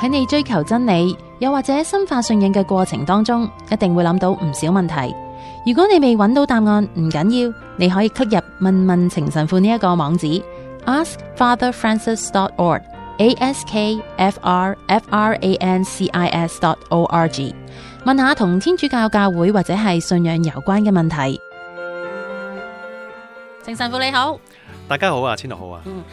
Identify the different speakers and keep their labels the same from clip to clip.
Speaker 1: 喺你追求真理，又或者深化信仰嘅過程當中，一定會諗到唔少問題。如果你未揾到答案，唔緊要，你可以 click 入問問情神父呢一個網址 askfatherfrancis.org，askfrfrancis.org，問下同天主教教會或者係信仰有關嘅問題。情神父你好。
Speaker 2: 大家好啊，千樂好啊，
Speaker 1: 嗯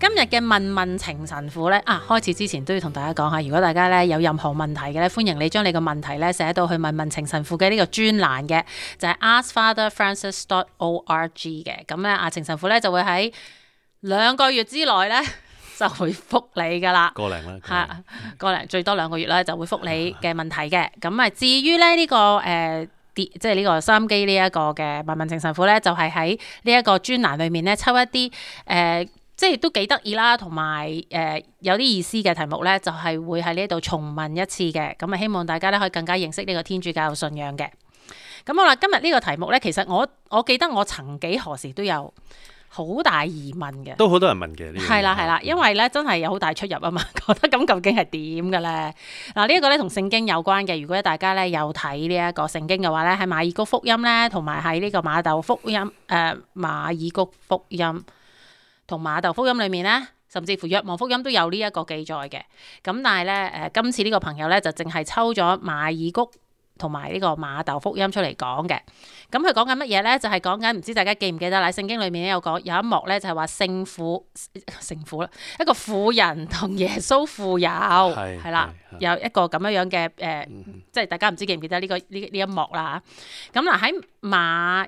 Speaker 1: 今日嘅問問情神父咧啊，開始之前都要同大家講下，如果大家咧有任何問題嘅咧，歡迎你將你個問題咧寫到去問問情神父嘅呢個專欄嘅，就係、askfatherfrancis dot org 嘅。咁咧，阿情神父咧就會喺兩個月之內咧 就會覆你噶啦。
Speaker 2: 過零啦，過
Speaker 1: 嚇
Speaker 2: 零，
Speaker 1: 個零最多兩個月啦，就會覆你嘅問題嘅。咁啊，至於咧呢、個誒。呃啲即係呢個收音機呢一個嘅問問情神父咧，就係喺呢一個專欄裏面咧抽一啲誒、呃即係都幾得意啦，同埋誒有啲意思嘅題目咧，就係、會喺呢度重問一次嘅。咁啊，希望大家咧可以更加認識呢個天主教信仰嘅。咁好啦，今日呢個題目咧，其實我我記得我曾幾何時都有好大疑問嘅。
Speaker 2: 都好多人問嘅呢樣嘢。啊
Speaker 1: 係啦係啦，因為咧真係有好大出入啊嘛， 覺得咁究竟係點嘅咧？嗱，呢一個咧同聖經有關嘅，如果大家咧有睇呢一個聖經嘅話咧，喺馬爾谷福音咧，同埋喺呢個馬竇福音誒、呃、馬爾谷福音同馬竇福音裏面咧。甚至乎《若望福音》都有呢一個記載嘅，咁但係咧誒，今次呢個朋友咧就淨係抽咗馬爾谷同埋呢個馬竇福音出嚟講嘅。咁佢講緊乜嘢咧？就係講緊唔知大家記唔記得啦？聖經裏面咧有講有一幕咧，就係話聖婦 聖婦啦，一個婦人同耶穌婦友
Speaker 2: 係
Speaker 1: 係啦，
Speaker 2: 係
Speaker 1: 有一個咁樣樣嘅誒
Speaker 2: 嗯嗯
Speaker 1: 即係大家唔知記唔記得呢、個呢呢一幕啦咁嗱喺馬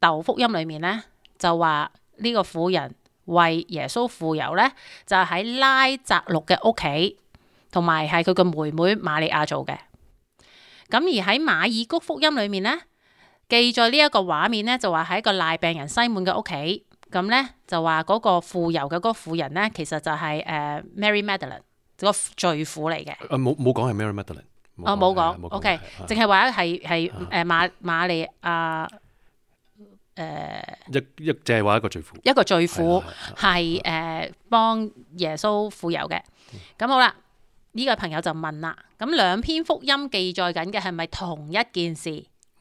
Speaker 1: 竇福音裏面咧，就話呢個婦人為耶穌傅油咧，就係喺拉澤祿嘅屋企，同埋係佢個妹妹瑪利亞做嘅。咁而喺馬爾谷福音裏面咧，記載呢一個畫面咧，就話喺一個賴病人西滿嘅屋企。咁咧就話嗰個傅油嘅嗰個婦人咧，其實就係、誒 Mary Magdalene 嗰個罪婦嚟嘅。
Speaker 2: 啊冇冇講係 Mary Magdalene，
Speaker 1: 哦，冇講
Speaker 2: 係啊
Speaker 1: ，OK，
Speaker 2: 係
Speaker 1: 淨係啊話係係
Speaker 2: 啊
Speaker 1: 誒馬馬利亞呃
Speaker 2: 一一淨係話一個罪婦，
Speaker 1: 一個罪婦
Speaker 2: 係啦係啦嗯
Speaker 1: 係誒幫耶穌傅油嘅。咁好啦，呢、個朋友就問啦，咁兩篇福音記載緊嘅係咪同一件事？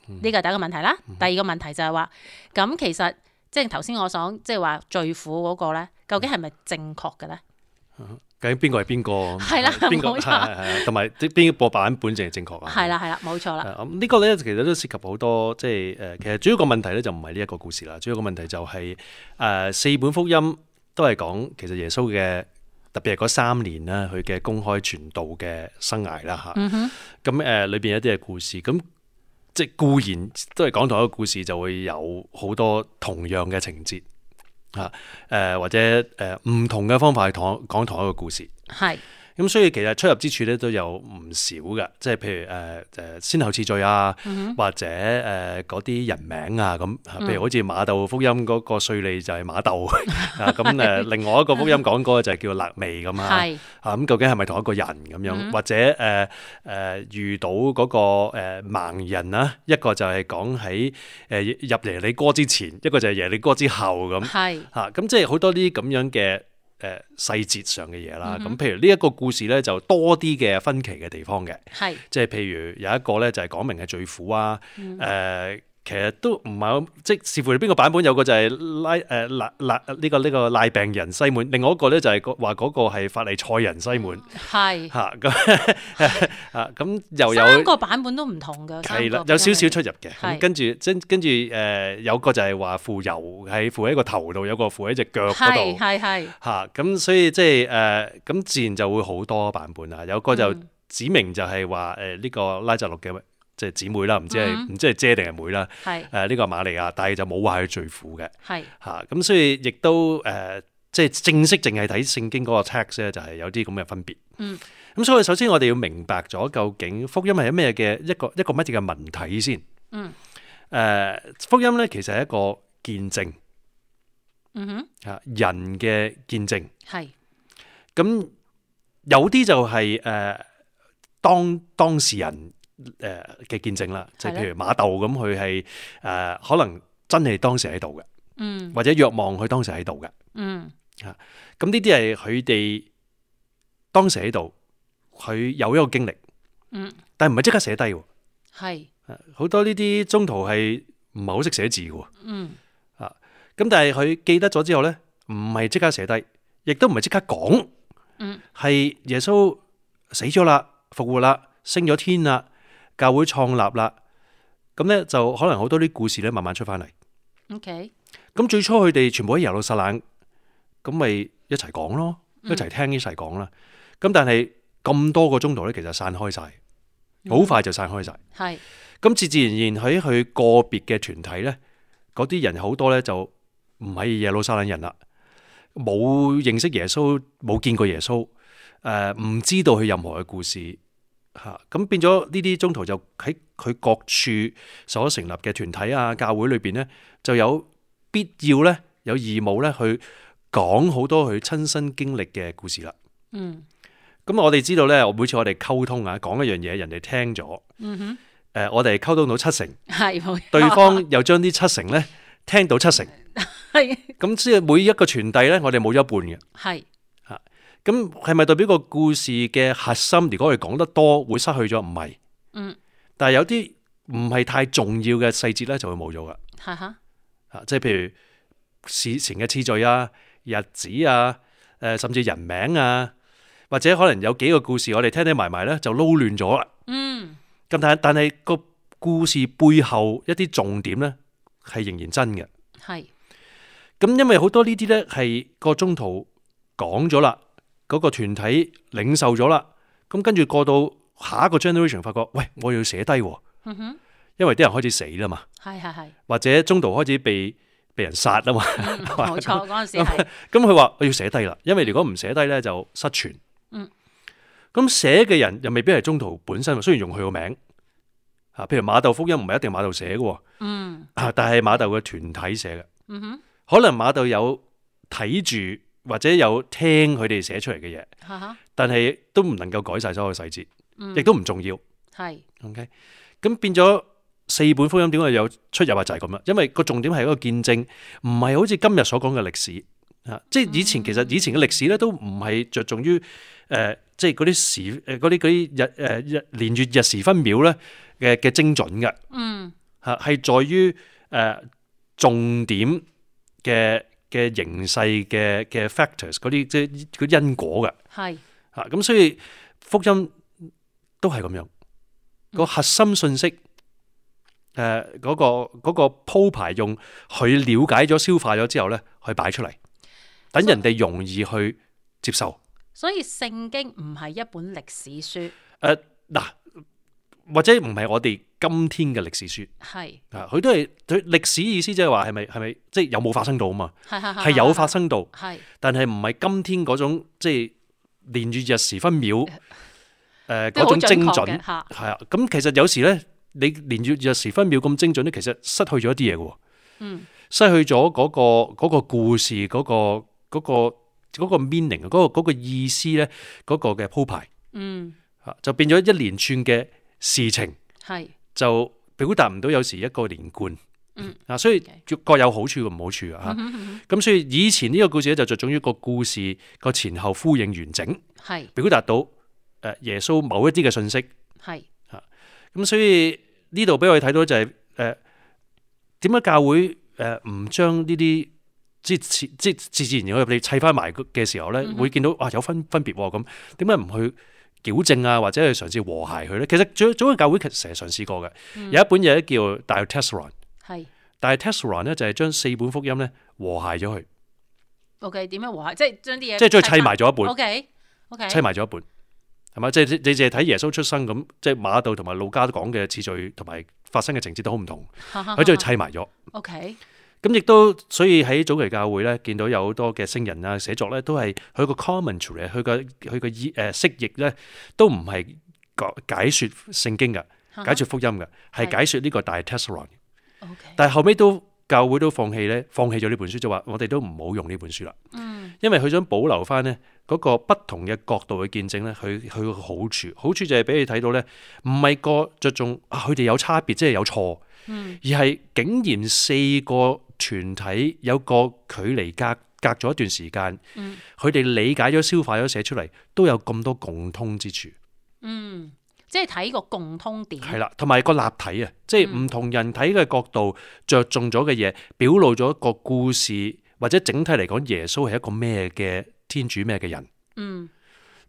Speaker 2: 嗯
Speaker 1: 呢個係第一個問題啦。第二個問題就係話，咁其實即係頭先我想即係話罪婦嗰個咧，究竟係咪正確嘅咧？
Speaker 2: 究竟邊個係邊個？
Speaker 1: 係啦
Speaker 2: 邊個
Speaker 1: 冇錯
Speaker 2: 係係係同埋即邊個版本正係正確啊？
Speaker 1: 係啦係啦，冇錯啦，
Speaker 2: 啊咁呢個咧，其實都涉及好多，即係誒、呃其實主要個問題咧就唔係呢一個故事啦，主要個問題就係、呃四本福音都係講其實耶穌嘅特別係嗰三年啦，佢嘅公開傳道嘅生涯啦
Speaker 1: 嗯
Speaker 2: 吓，咁誒裏邊有一啲嘅故事，咁即係固然都係講同一個故事，就會有好多同樣嘅情節嚇，誒、呃或者誒唔、同嘅方法去講講同一個故事。
Speaker 1: 係
Speaker 2: 咁所以其實出入之處咧都有唔少嘅，即係譬如誒誒、呃先後次序啊，或者誒嗰啲人名啊咁，譬如好似馬竇福音嗰個稅吏就係馬竇啊，咁誒另外一個福音講嗰個就係叫勒味咁啊，
Speaker 1: 係
Speaker 2: 啊咁究竟係咪同一個人咁樣，或者誒誒、呃遇到嗰、個、呃、盲人啦，一個就係講喺誒入耶利哥之前，一個就係耶利哥之後咁。
Speaker 1: 係
Speaker 2: 嚇，咁即係好多呢啲咁樣嘅誒細節上嘅嘢
Speaker 1: 嗯
Speaker 2: 啦。咁、譬如呢一個故事咧，就多啲嘅分歧嘅地方嘅，
Speaker 1: 係
Speaker 2: 即係譬如有一個咧就係講明係罪婦啊，
Speaker 1: 嗯
Speaker 2: 誒、其實都唔係好，即係視乎你邊個版本有個就係拉誒賴賴呢個呢、個賴病人西滿，另外一個咧就係個話嗰個係法利賽人西滿
Speaker 1: 係。
Speaker 2: 嚇，咁 啊咁又有
Speaker 1: 嗯三個版本都唔同嘅，
Speaker 2: 係啦
Speaker 1: 三，個
Speaker 2: 有少少出入嘅。
Speaker 1: 係
Speaker 2: 咁跟住，跟跟住誒有個就係話扶油喺扶喺個頭度，有個扶喺只腳嗰
Speaker 1: 係
Speaker 2: 度。
Speaker 1: 係係
Speaker 2: 嚇，咁、所以即係誒，咁、自然就會好多版本啦。有個
Speaker 1: 嗯
Speaker 2: 就指明就係話誒呢個拉扎洛嘅即係姊妹啦，唔知係唔、
Speaker 1: 嗯
Speaker 2: 知係姐定係妹啦。
Speaker 1: 係
Speaker 2: 誒、呢、個瑪利亞，但係就冇話佢罪婦嘅
Speaker 1: 係
Speaker 2: 嚇。咁、所以亦都誒、即係正式淨係睇聖經嗰個 text 咧，就係有啲咁嘅分別。
Speaker 1: 嗯。
Speaker 2: 咁所以首先我哋要明白咗究竟福音係咩嘅一個一個乜嘢嘅文體先。
Speaker 1: 嗯。
Speaker 2: 誒、福音咧其實係一個見證
Speaker 1: 嗯哼
Speaker 2: 嚇人嘅見證。
Speaker 1: 係
Speaker 2: 咁有啲就係、誒、當當事人誒嘅、見證啦，即係
Speaker 1: 係啦
Speaker 2: 譬如馬竇咁，佢係誒可能真係當時喺度嘅，
Speaker 1: 嗯
Speaker 2: 或者若望佢當時喺度嘅。
Speaker 1: 嗯
Speaker 2: 咁呢啲係佢哋當時喺度，佢有一個經歷，
Speaker 1: 嗯，
Speaker 2: 但係唔係即刻寫低喎。
Speaker 1: 係，
Speaker 2: 好多呢啲中途係唔係好識寫字嘅喎。啊
Speaker 1: 嗯，
Speaker 2: 咁但係佢記得咗之後咧，唔係即刻寫低，亦都唔係即刻講，
Speaker 1: 嗯，
Speaker 2: 係耶穌死咗啦，復活啦，升咗天啦，教會創立啦，咁咧就可能好多啲故事咧慢慢出翻嚟。
Speaker 1: OK，
Speaker 2: 咁最初佢哋全部喺耶路撒冷，咁咪一齊講咯，一
Speaker 1: 嗯
Speaker 2: 齊聽一齊講啦。咁但係咁多個中途咧，其實散開晒，
Speaker 1: 嗯
Speaker 2: 好快就散開晒。
Speaker 1: 係，
Speaker 2: 咁自自然然喺佢個別嘅團體咧，嗰啲人好多咧就唔係耶路撒冷人啦，冇認識耶穌，冇見過耶穌，誒、呃唔知道佢任何嘅故事嚇，咁、變咗呢啲中途就喺佢各處所成立嘅團體啊、教會裏邊咧，就有必要咧、有義務咧去講好多佢親身經歷嘅故事啦。
Speaker 1: 嗯，
Speaker 2: 咁我哋知道咧，每次我哋溝通啊，講一樣嘢，人哋聽咗，誒、
Speaker 1: 嗯哼，
Speaker 2: 呃我哋溝通到七成。
Speaker 1: 係冇錯，
Speaker 2: 對方又將呢七成咧聽到七成，
Speaker 1: 係
Speaker 2: 咁即係每一個傳遞咧，我哋冇咗一半嘅。
Speaker 1: 係
Speaker 2: 咁係咪代表個故事嘅核心？如果我哋講得多，會失去咗？唔係，
Speaker 1: 嗯，
Speaker 2: 但係有啲唔係太重要嘅細節咧，就會冇咗噶。
Speaker 1: 哈哈，
Speaker 2: 啊，即係譬如事前嘅次序啊、日子啊、誒、甚至人名啊，或者可能有幾個故事，我哋聽聽埋埋咧就撈亂咗啦。
Speaker 1: 嗯，
Speaker 2: 咁但係但係個故事背後一啲重點咧係仍然真嘅。
Speaker 1: 係
Speaker 2: 咁因為好多呢啲呢係個中途講咗啦，嗰、個團體領受咗啦，咁跟住過到下一個 generation 發覺，喂，我要寫低喎，
Speaker 1: 嗯哼，
Speaker 2: 因為啲人開始死啦嘛，
Speaker 1: 係係係，
Speaker 2: 或者中途開始被被人殺啦嘛，
Speaker 1: 嗯冇錯，嗰陣時係，
Speaker 2: 咁 佢話我要寫低啦，因為如果唔寫低呢，就失傳。
Speaker 1: 嗯，
Speaker 2: 咁寫嘅人又未必係中途本身喎，雖然用佢個名啊，譬如馬竇福音唔係一定馬竇寫嘅喎，
Speaker 1: 嗯
Speaker 2: 啊但係馬竇嘅團體寫嘅。
Speaker 1: 嗯哼，
Speaker 2: 可能馬竇有睇住或者有聽佢哋寫出嚟嘅嘢，
Speaker 1: 哈哈，
Speaker 2: 但係都唔能夠改晒所有細節，
Speaker 1: 嗯
Speaker 2: 亦，都唔重要。
Speaker 1: 係
Speaker 2: OK，咁變咗四本福音點解有出入啊？就係咁啦，因為個重點係一個見證，唔係好似今日所講嘅歷史啊，即係以前其實以前嘅歷史咧都唔係着重於誒、呃即係嗰啲時誒嗰啲嗰啲日誒、呃日年月日時分秒咧嘅嘅精準嘅。
Speaker 1: 嗯
Speaker 2: 嚇係在於誒、呃重點嘅嘅形勢嘅嘅 factors 嗰啲即係嗰啲因果嘅
Speaker 1: 係，
Speaker 2: 嚇，啊咁、所以福音都係咁樣
Speaker 1: 嗯
Speaker 2: 個核心信息誒嗰、個嗰、個鋪排用佢了解咗消化咗之後咧，去擺出嚟，等人哋容易去接受。
Speaker 1: 所以聖經唔係一本歷史書，
Speaker 2: 誒嗱、或者唔係我哋今天嘅歷史書。
Speaker 1: 係
Speaker 2: 啊！佢都係佢歷史意思，即係話係咪係咪即係有冇發生到啊嘛？
Speaker 1: 係係
Speaker 2: 係有發，生到，
Speaker 1: 係
Speaker 2: 但係唔係今天嗰種即係年月日時分秒 誒
Speaker 1: 都好
Speaker 2: 嗰種精
Speaker 1: 準確
Speaker 2: 準
Speaker 1: 嘅嚇
Speaker 2: 係啊！咁其實有時咧，你年月日時分秒咁精準咧，其實失去咗一啲嘢嘅喎，
Speaker 1: 嗯
Speaker 2: 失去咗嗰、個嗰個故事嗰、個嗰、個嗰、個 meaning 嗰、個嗰個意思咧嗰、個嘅鋪排
Speaker 1: 嗯
Speaker 2: 啊，就變咗一連串嘅事情。
Speaker 1: 係。
Speaker 2: 就表達唔到有時一個連貫。
Speaker 1: 嗯
Speaker 2: 啊，所以
Speaker 1: OK
Speaker 2: 各有好處嘅唔好處 啊。咁所以以前呢個故事咧就着重於個故事個前後呼應完整，
Speaker 1: 係
Speaker 2: 表達到誒耶穌某一啲嘅信息。
Speaker 1: 係
Speaker 2: 咁所以呢度俾我哋睇到就係誒點解教會誒唔將呢啲即係即係自自然然我哋砌翻埋嘅時候咧，會見到哇有分分別喎咁，點解唔去矯正啊，或者去嘗試和諧佢咧？其實早早嘅教會其實成日嘗試過嘅，有一本嘢叫《大 Tessaron》，
Speaker 1: 係。
Speaker 2: 但係 Tessaron 咧就係將四本福音咧和諧咗佢，
Speaker 1: O K，點樣和諧？即係將啲嘢
Speaker 2: 即係將佢砌埋咗一
Speaker 1: O
Speaker 2: 本，
Speaker 1: K O K，
Speaker 2: 砌埋咗一本。係嘛？即係你淨係睇耶穌出生咁，即係馬竇同埋路加講嘅次序同埋發生嘅情節都好唔同，佢
Speaker 1: 佢
Speaker 2: 將佢砌埋咗。
Speaker 1: O K
Speaker 2: 咁亦都所以喺早期教會咧，見到有好多嘅聖人啊寫作咧，都係佢個 commentary，佢個佢個意誒釋譯咧，都唔係講解説聖經嘅，解説福音嘅，係解説呢個大 Tessaron。
Speaker 1: O K，
Speaker 2: 但係後尾都教會都放棄咧，放棄咗呢本書，就話我哋都唔好用呢本書啦，
Speaker 1: 嗯
Speaker 2: 因為佢想保留翻呢嗰個不同嘅角度去見證咧，佢佢個好處，好處就係俾你睇到咧，唔係個着重啊佢哋有差別，即係有錯。
Speaker 1: 嗯
Speaker 2: 而係竟然四個團體有個距離隔隔咗一段時間，
Speaker 1: 嗯
Speaker 2: 佢哋理解咗、消化咗、寫出嚟，都有咁多共通之處。
Speaker 1: 嗯，即係睇個共通點。嗯
Speaker 2: 係啦，同埋個立體啊，即係唔同人睇嘅角度着重咗嘅嘢，表露咗一個故事或者整體嚟講，耶穌係一個咩嘅天主咩嘅人。
Speaker 1: 嗯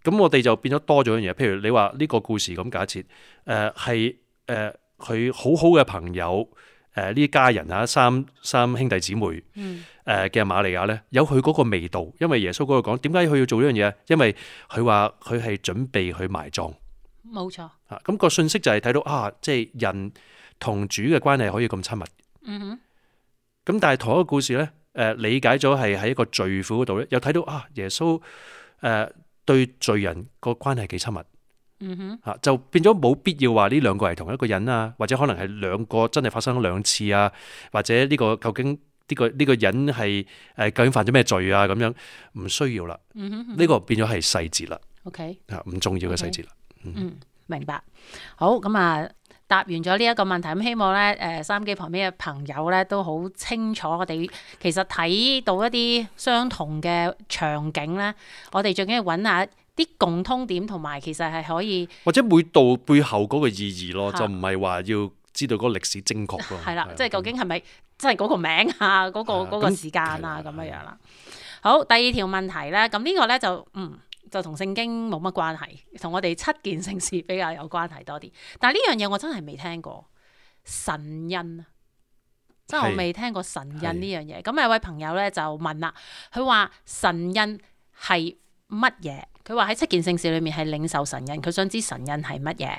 Speaker 2: 咁我哋就變咗多咗樣嘢，譬如你話呢個故事咁假設，誒係誒佢好好嘅朋友，誒呢家人啊，三三兄弟姊妹，
Speaker 1: 嗯
Speaker 2: 誒嘅瑪利亞咧，有佢嗰個味道，因為耶穌嗰度講點解佢要做呢樣嘢，啊因為佢話佢係準備去埋葬
Speaker 1: 冇錯。
Speaker 2: 啊，咁、個信息就係睇到啊，即係人同主嘅關係可以咁親密。
Speaker 1: 嗯哼，
Speaker 2: 咁但係同一個故事咧，誒、理解咗係喺一個罪婦嗰度咧，又睇到啊耶穌誒、呃、對罪人個關係幾親密。
Speaker 1: 嗯哼，
Speaker 2: 嚇，就變咗冇必要話呢兩個係同一個人啊，或者可能係兩個真係發生兩次啊，或者呢個究竟呢、個呢、個人係誒究竟犯咗咩罪啊咁樣，唔需要啦，
Speaker 1: 嗯哼
Speaker 2: 呢、個變咗係細節啦，
Speaker 1: ，OK，
Speaker 2: 嚇唔重要嘅細節啦。
Speaker 1: 嗯，明白。好，咁啊。答完咗呢一個問題，咁希望咧，誒、收音機旁邊嘅朋友咧都好清楚，我哋其實睇到一啲相同嘅場景咧，我哋最緊要揾下啲共通點，同埋其實係可以
Speaker 2: 或者每度背後嗰個意義咯，
Speaker 1: 嚇
Speaker 2: 就唔係話要知道嗰個歷史精確咯。
Speaker 1: 係啦
Speaker 2: 係啊，
Speaker 1: 即係究竟係咪真係嗰個名啊，嗰、個
Speaker 2: 係
Speaker 1: 嗰
Speaker 2: 啊咁
Speaker 1: 個時間啊
Speaker 2: 係
Speaker 1: 咁
Speaker 2: 啦
Speaker 1: 樣
Speaker 2: 係
Speaker 1: 樣
Speaker 2: 啦
Speaker 1: 啦。好，第二條問題咧，咁呢個咧就嗯就同聖經冇乜關係，同我哋七件聖事比較有關係多啲。但係呢樣嘢我真係未聽過神恩啊，真係我
Speaker 2: 係
Speaker 1: 未聽過神恩
Speaker 2: 係
Speaker 1: 呢樣嘢。咁有位朋友咧就問啦，佢話神恩係乜嘢？佢話喺七件聖事裏面係領受神恩，佢想知神恩係乜嘢。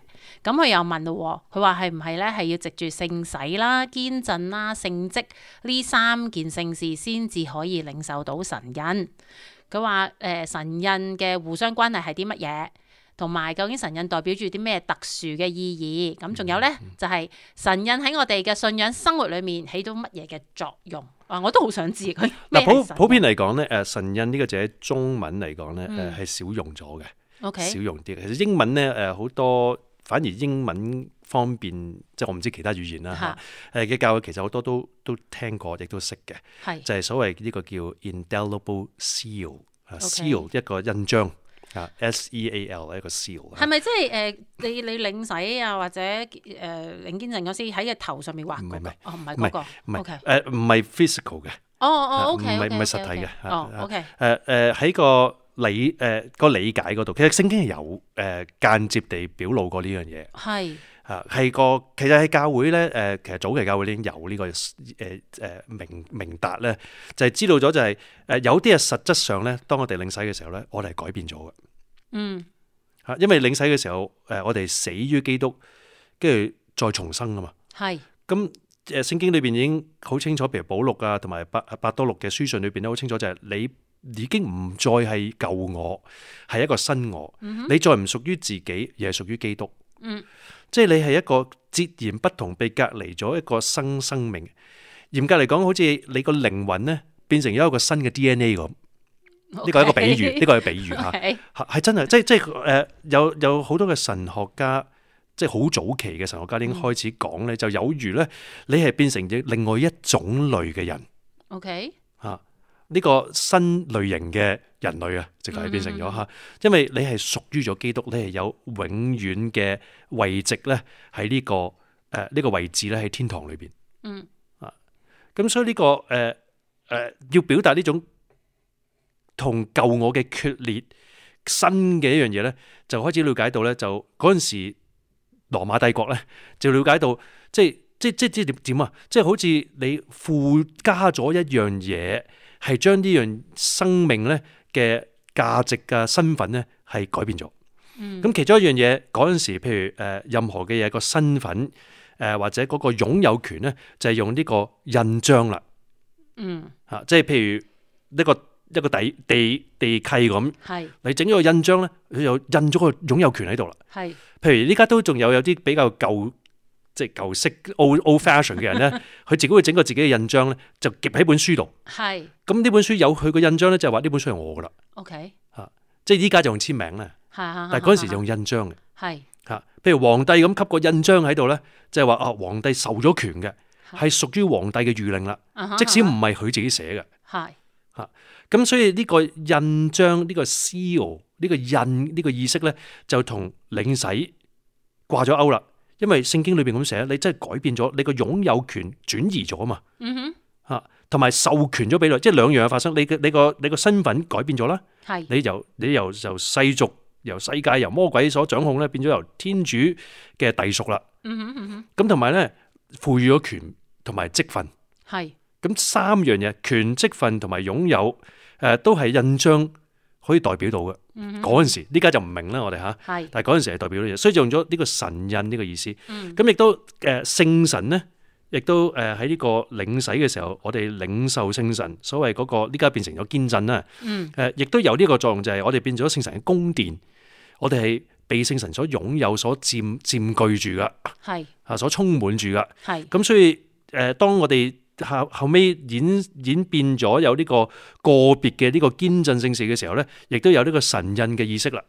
Speaker 1: 咁佢又問咯喎，佢話係唔係咧係要藉住聖洗啦、堅振啦、聖職呢三件聖事先至可以領受到神恩。佢話誒神印嘅互相關係係啲乜嘢，同埋究竟神印代表住啲咩特殊嘅意義？咁仲有咧
Speaker 2: 嗯
Speaker 1: 就係、神印喺我哋嘅信仰生活裏面起到乜嘢嘅作用？啊，我都好想知佢咩
Speaker 2: 嗱
Speaker 1: 係
Speaker 2: 普
Speaker 1: 神啊
Speaker 2: 普遍嚟講咧，誒神印呢個字喺中文嚟講咧，
Speaker 1: 嗯
Speaker 2: 誒係少用咗嘅。
Speaker 1: O K
Speaker 2: 少用啲嘅。其實英文咧誒好多，反而英文方面，即係我唔知其他語言啦
Speaker 1: 嚇
Speaker 2: 嚇。誒嘅教會其實好多都都聽過，亦都識嘅，
Speaker 1: 係
Speaker 2: 就係所謂呢個叫 indelible seal 啊 seal 一個印章啊，S E A L 一個 seal 啊。
Speaker 1: 係咪即係誒你你領洗啊或者誒、呃、領堅陣嗰時喺個頭上面畫
Speaker 2: 唔係
Speaker 1: 嗰、
Speaker 2: 唔
Speaker 1: 個
Speaker 2: 係？
Speaker 1: 哦唔係
Speaker 2: 唔
Speaker 1: 嗰個，
Speaker 2: 唔
Speaker 1: OK
Speaker 2: 係誒，唔係 physical 嘅，
Speaker 1: 哦哦
Speaker 2: 啊
Speaker 1: O K
Speaker 2: 唔
Speaker 1: O
Speaker 2: 係
Speaker 1: K
Speaker 2: 唔係實體嘅嚇
Speaker 1: 哦 O K
Speaker 2: 誒誒呃喺個理誒個理解嗰度，其實聖經係有誒間接地表露過呢樣嘢。
Speaker 1: 係
Speaker 2: 啊，係個其實喺教會咧，誒、其實早期教會已經有呢、個誒誒、明明達咧，就係、知道咗就係、誒有啲嘢實質上咧，當我哋領洗嘅時候咧，我哋係改變咗嘅
Speaker 1: 嗯
Speaker 2: 嚇，因為領洗嘅時候誒、我哋死於基督，跟住再重生啊嘛。
Speaker 1: 係
Speaker 2: 咁誒聖經裏邊已經好清楚，譬如保祿啊，同埋伯伯多祿嘅書信裏邊都好清楚，就係你已經唔再係舊我，係一個新我，你再唔屬於自己，而係屬於基督。
Speaker 1: 嗯
Speaker 2: 即係你係一個截然不同，被隔離咗一個新生命。嚴格嚟講，好似你個靈魂呢變成咗一個新嘅 DNA 咁。呢個係一個 比喻，呢個係比喻嚇，
Speaker 1: 係
Speaker 2: 係係真係，即係即係誒有有好多嘅神學家，即係好早期嘅神學家已經開始講咧，就有如咧，你係變成咗另外一種類嘅人
Speaker 1: OK
Speaker 2: 啊。呢個新類型嘅人類啊，直頭係變成咗嚇，因為你係屬於咗基督，你係有永遠嘅位置咧喺呢個誒呢個位置咧喺天堂裏邊。啊
Speaker 1: 嗯
Speaker 2: 咁所以呢、個誒誒、呃呃要表達呢種同舊我嘅決裂新嘅一樣嘢咧，就開始了解到咧，就嗰陣時羅馬帝國咧就了解到，即係即即即點點啊，即係好似你附加咗一樣嘢，係將呢樣生命咧嘅價值嘅身份咧係改變咗。
Speaker 1: 嗯
Speaker 2: 咁其中一樣嘢嗰陣時，譬如誒、呃任何嘅嘢個身份誒、呃或者嗰個擁有權咧，就係、用呢個印章啦
Speaker 1: 嗯
Speaker 2: 嚇、即係譬如一個一個地地地契咁，
Speaker 1: 係
Speaker 2: 你整咗個印章咧，佢就印咗個擁有權喺度啦。
Speaker 1: 係
Speaker 2: 譬如依家都仲有有啲比較舊即係舊式 old old fashion 嘅 人咧，佢自己會整個自己嘅印章咧，就夾喺本書度。
Speaker 1: 係
Speaker 2: 咁呢本書有佢個印章咧，就係話呢本書係我噶啦。
Speaker 1: OK
Speaker 2: 即係依家就用簽名咧，
Speaker 1: 係係，
Speaker 2: 但係嗰陣時就用印章嘅。
Speaker 1: 係
Speaker 2: 嚇，譬如皇帝咁給個印章喺度咧，就係話啊，皇帝受咗權嘅，
Speaker 1: 嚇
Speaker 2: 係屬於皇帝嘅御令啦，
Speaker 1: 啊哈
Speaker 2: 即使唔係佢自己寫嘅。
Speaker 1: 係
Speaker 2: 咁所以呢個印章呢、個 seal 呢個印呢個意識咧，就同領洗掛咗鈎啦。因為聖經裏邊咁寫，你真係改變咗，你個擁有權轉移咗啊嘛。
Speaker 1: 嗯
Speaker 2: 嚇，同埋授權咗俾你，即係兩樣嘢發生。你嘅你個你個身份改變咗啦，
Speaker 1: 哼，系，
Speaker 2: 你由你由由世俗、由世界、由魔鬼所掌控咧，變咗由天主嘅隸屬啦。
Speaker 1: 嗯哼嗯
Speaker 2: 咁同埋咧，賦予咗權同埋職分。
Speaker 1: 哼，系，
Speaker 2: 咁三樣嘢，權職份同埋擁有，誒、都係印章可以代表到嘅。
Speaker 1: 嗯
Speaker 2: 嗰陣時，呢家就唔明啦，我哋嚇。
Speaker 1: 系，
Speaker 2: 但係嗰陣時係代表到嘢，所以就用咗呢個神印呢個意思。
Speaker 1: 嗯
Speaker 2: 咁亦都誒、呃、聖神咧，亦都誒喺呢個領洗嘅時候，我哋領受聖神，所謂嗰、個呢家變成咗堅振啦。
Speaker 1: 嗯，
Speaker 2: 誒，亦都有呢個作用，就係我哋變咗聖神嘅宮殿，我哋係被聖神所擁有、所佔佔據住噶，
Speaker 1: 系，
Speaker 2: 啊，所充滿住噶。
Speaker 1: 系，
Speaker 2: 咁所以誒、呃，當我哋後後尾演演變咗有呢個個別嘅呢個堅振聖事嘅時候咧，亦都有呢個神印嘅意識啦。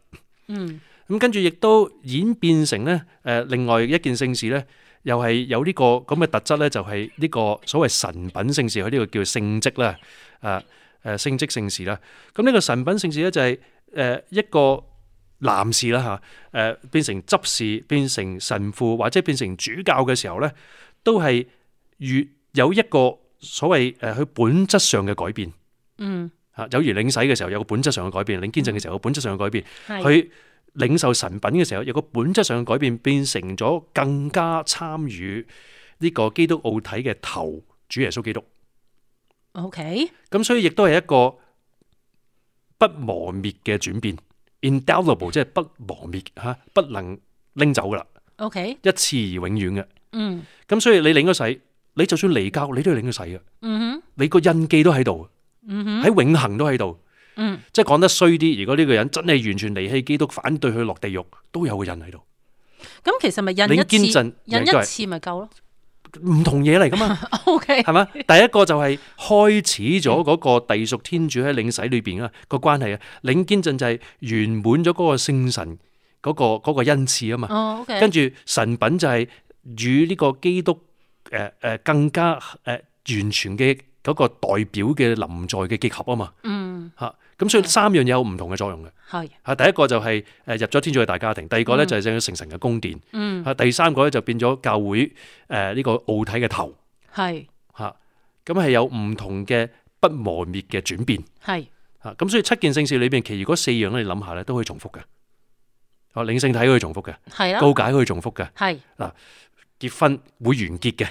Speaker 1: 嗯，
Speaker 2: 咁跟住亦都演變成咧，誒、另外一件聖事咧，又係有呢、個咁嘅特質咧，就係、呢個所謂神品聖事，佢呢個叫聖職啦，啊誒聖職聖事啦。咁呢個神品聖事咧就係、誒一個男士啦啊嚇，誒、變成執事，變成神父或者變成主教嘅時候咧，都係越有一個所謂呃誒佢本質上嘅改變
Speaker 1: 嗯，
Speaker 2: 嚇，有如領洗嘅時候有個本質上嘅改變，領堅證嘅時候有個本質上嘅改變。
Speaker 1: 系，
Speaker 2: 佢領受神品嘅時候，有個本質上嘅改變，變成咗更加參與呢個基督奧體嘅頭主耶穌基督。
Speaker 1: ，OK，
Speaker 2: 咁所以亦都係一個不磨滅嘅轉變，indelible 即係不磨滅嚇，不能拎走噶啦，
Speaker 1: OK，
Speaker 2: 一次而永遠嘅。
Speaker 1: 嗯，
Speaker 2: 咁所以你領咗洗，你就算離教，你都要領咗洗嘅，
Speaker 1: 嗯哼，
Speaker 2: 你個印記都喺度，
Speaker 1: 嗯哼，
Speaker 2: 喺永恆都喺度。
Speaker 1: 嗯，
Speaker 2: 即係講得衰啲，如果呢個人真係完全離棄基督，反對佢落地獄，都有個印喺度。
Speaker 1: 咁其實咪
Speaker 2: 領
Speaker 1: 印一
Speaker 2: 堅
Speaker 1: 次，
Speaker 2: 振
Speaker 1: 印
Speaker 2: 亦都係
Speaker 1: 一次咪夠咯
Speaker 2: 唔同嘢嚟噶嘛，
Speaker 1: ？OK，
Speaker 2: 係嘛？第一個就係開始咗嗰個隸屬天主喺領洗裏邊啊個關係啊，領堅振就係圓滿咗嗰個聖神嗰、個嗰個恩賜啊嘛，
Speaker 1: 哦，OK，
Speaker 2: 跟住神品就係與呢個基督誒誒、呃更加誒、呃完全嘅嗰個代表嘅臨在嘅結合啊嘛
Speaker 1: 嗯，
Speaker 2: 嚇，咁所以三樣嘢有唔同嘅作用嘅。
Speaker 1: 係，
Speaker 2: 嚇，第一個就係呃誒入咗天主嘅大家庭，第二個咧就係整咗成神嘅宮殿，
Speaker 1: 嗯，
Speaker 2: 嚇、第三個咧就變咗教會誒呢個奧體嘅頭。
Speaker 1: 係，
Speaker 2: 吓，咁係有唔同嘅不磨滅嘅轉變
Speaker 1: 係，
Speaker 2: 吓，咁所以七件聖事裏邊，其餘嗰四樣咧，你諗下咧，都可以重複嘅。哦，領聖體可以重複嘅，
Speaker 1: 係啊啦，
Speaker 2: 告解可以重複嘅，
Speaker 1: 係，
Speaker 2: 結婚會完結嘅，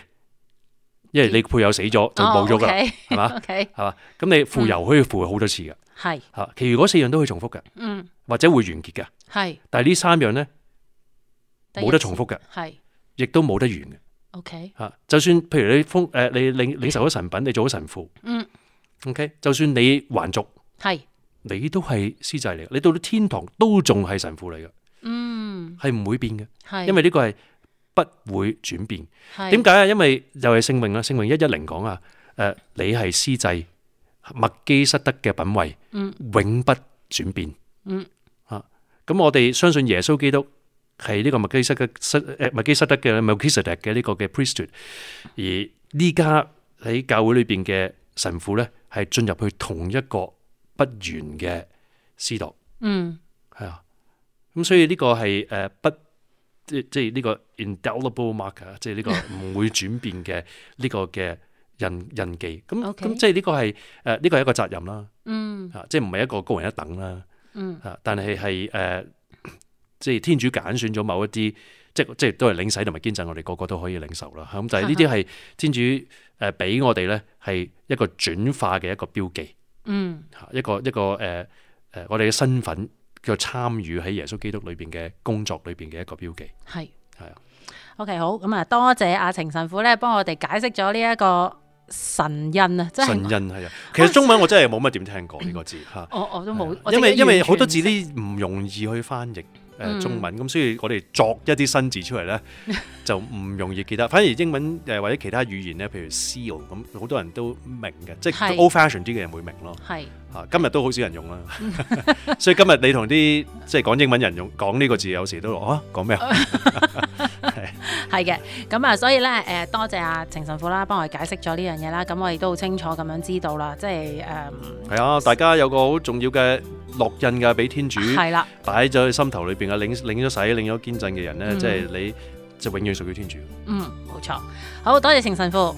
Speaker 2: 因為你配偶死咗就冇咗噶啦，
Speaker 1: 哦 OK，嗯
Speaker 2: 係嘛？
Speaker 1: OK，
Speaker 2: 係嘛？咁你付油可以付好多次嘅
Speaker 1: 哦係，
Speaker 2: 吓，其餘嗰四樣都可以重複嘅，
Speaker 1: 嗯，
Speaker 2: 或者會完結嘅，
Speaker 1: 係，
Speaker 2: 但係呢三樣咧
Speaker 1: 第一
Speaker 2: 冇得重複嘅，
Speaker 1: 係
Speaker 2: 亦都冇得完嘅。
Speaker 1: ，OK，
Speaker 2: 吓，就算譬如你封诶，你領領受咗神品，你做咗神父，
Speaker 1: 嗯
Speaker 2: ，OK，就算你還俗。
Speaker 1: 係，
Speaker 2: 你都係司祭嚟嘅，你到咗天堂都仲係神父嚟嘅，
Speaker 1: 嗯，
Speaker 2: 係唔會變嘅，
Speaker 1: 係，
Speaker 2: 因為呢個係不會轉變。
Speaker 1: 係
Speaker 2: 點解啊？因為又係聖詠啦，聖詠一一零講啊，誒、你係司祭，麥基失德嘅品位，
Speaker 1: 嗯
Speaker 2: 永不轉變。
Speaker 1: 嗯，
Speaker 2: 啊，咁我哋相信耶穌基督係呢個麥基失德失誒麥基失德嘅 m e l c h i s e d e 嘅呢個嘅 priesthood，而呢家喺教會裏邊嘅神父咧，係進入去同一個不完嘅司鐸。
Speaker 1: 嗯
Speaker 2: 系啊，咁所以呢個係诶不即即係呢個 indelible marker，即係呢個唔會轉變嘅呢個嘅印印記。咁咁
Speaker 1: OK
Speaker 2: 即係呢個係诶呢個係一個責任啦，
Speaker 1: 嗯
Speaker 2: 吓啊即係唔係一個高人一等啦，
Speaker 1: 嗯
Speaker 2: 吓但係係诶即係天主揀選咗某一啲。即即係都係領洗同埋堅振，我哋個個都可以領受啦。咁就係呢啲係天主誒俾我哋咧，係一個轉化嘅一個標記。
Speaker 1: 嗯
Speaker 2: 嚇一個一個誒誒、呃呃我哋嘅身份叫參與喺耶穌基督裏邊嘅工作裏邊嘅一個標記，
Speaker 1: 係
Speaker 2: 係啊。
Speaker 1: OK 好咁啊，多謝阿程神父咧，幫我哋解釋咗呢一個神印啊，即
Speaker 2: 神
Speaker 1: 係
Speaker 2: 印係啊。其實中文我真係冇乜點聽過呢個字嚇，
Speaker 1: 我我都冇，我
Speaker 2: 啊因為
Speaker 1: 自己
Speaker 2: 因
Speaker 1: 完
Speaker 2: 為好多字
Speaker 1: 全唔識
Speaker 2: 啲唔容易去翻譯。誒
Speaker 1: 嗯
Speaker 2: 中文咁，所以我哋作一啲新字出嚟咧， 就唔容易記得。反而英文誒或者其他語言咧，譬如 seal 咁，好多人都明嘅，即係
Speaker 1: 係嗯
Speaker 2: old fashion 啲嘅人會明咯。
Speaker 1: 係
Speaker 2: 啊，今日都好少人用啦， 所以 今日你同啲即係講英文人用講呢個字，有時都話啊講咩啊？
Speaker 1: 係嘅，咁啊，所以咧，誒、多謝阿程神父啦，幫我哋解釋咗呢樣嘢啦，咁我哋都好清楚咁樣知道啦，即係誒，
Speaker 2: 係啊，大家有個好重要嘅烙印㗎，俾天主
Speaker 1: 係啦、
Speaker 2: 擺咗喺心頭裏邊嘅，領領咗洗、領咗堅振嘅人咧，
Speaker 1: 嗯
Speaker 2: 即係你就永遠屬於天主。
Speaker 1: 嗯，冇錯，好多謝程神父，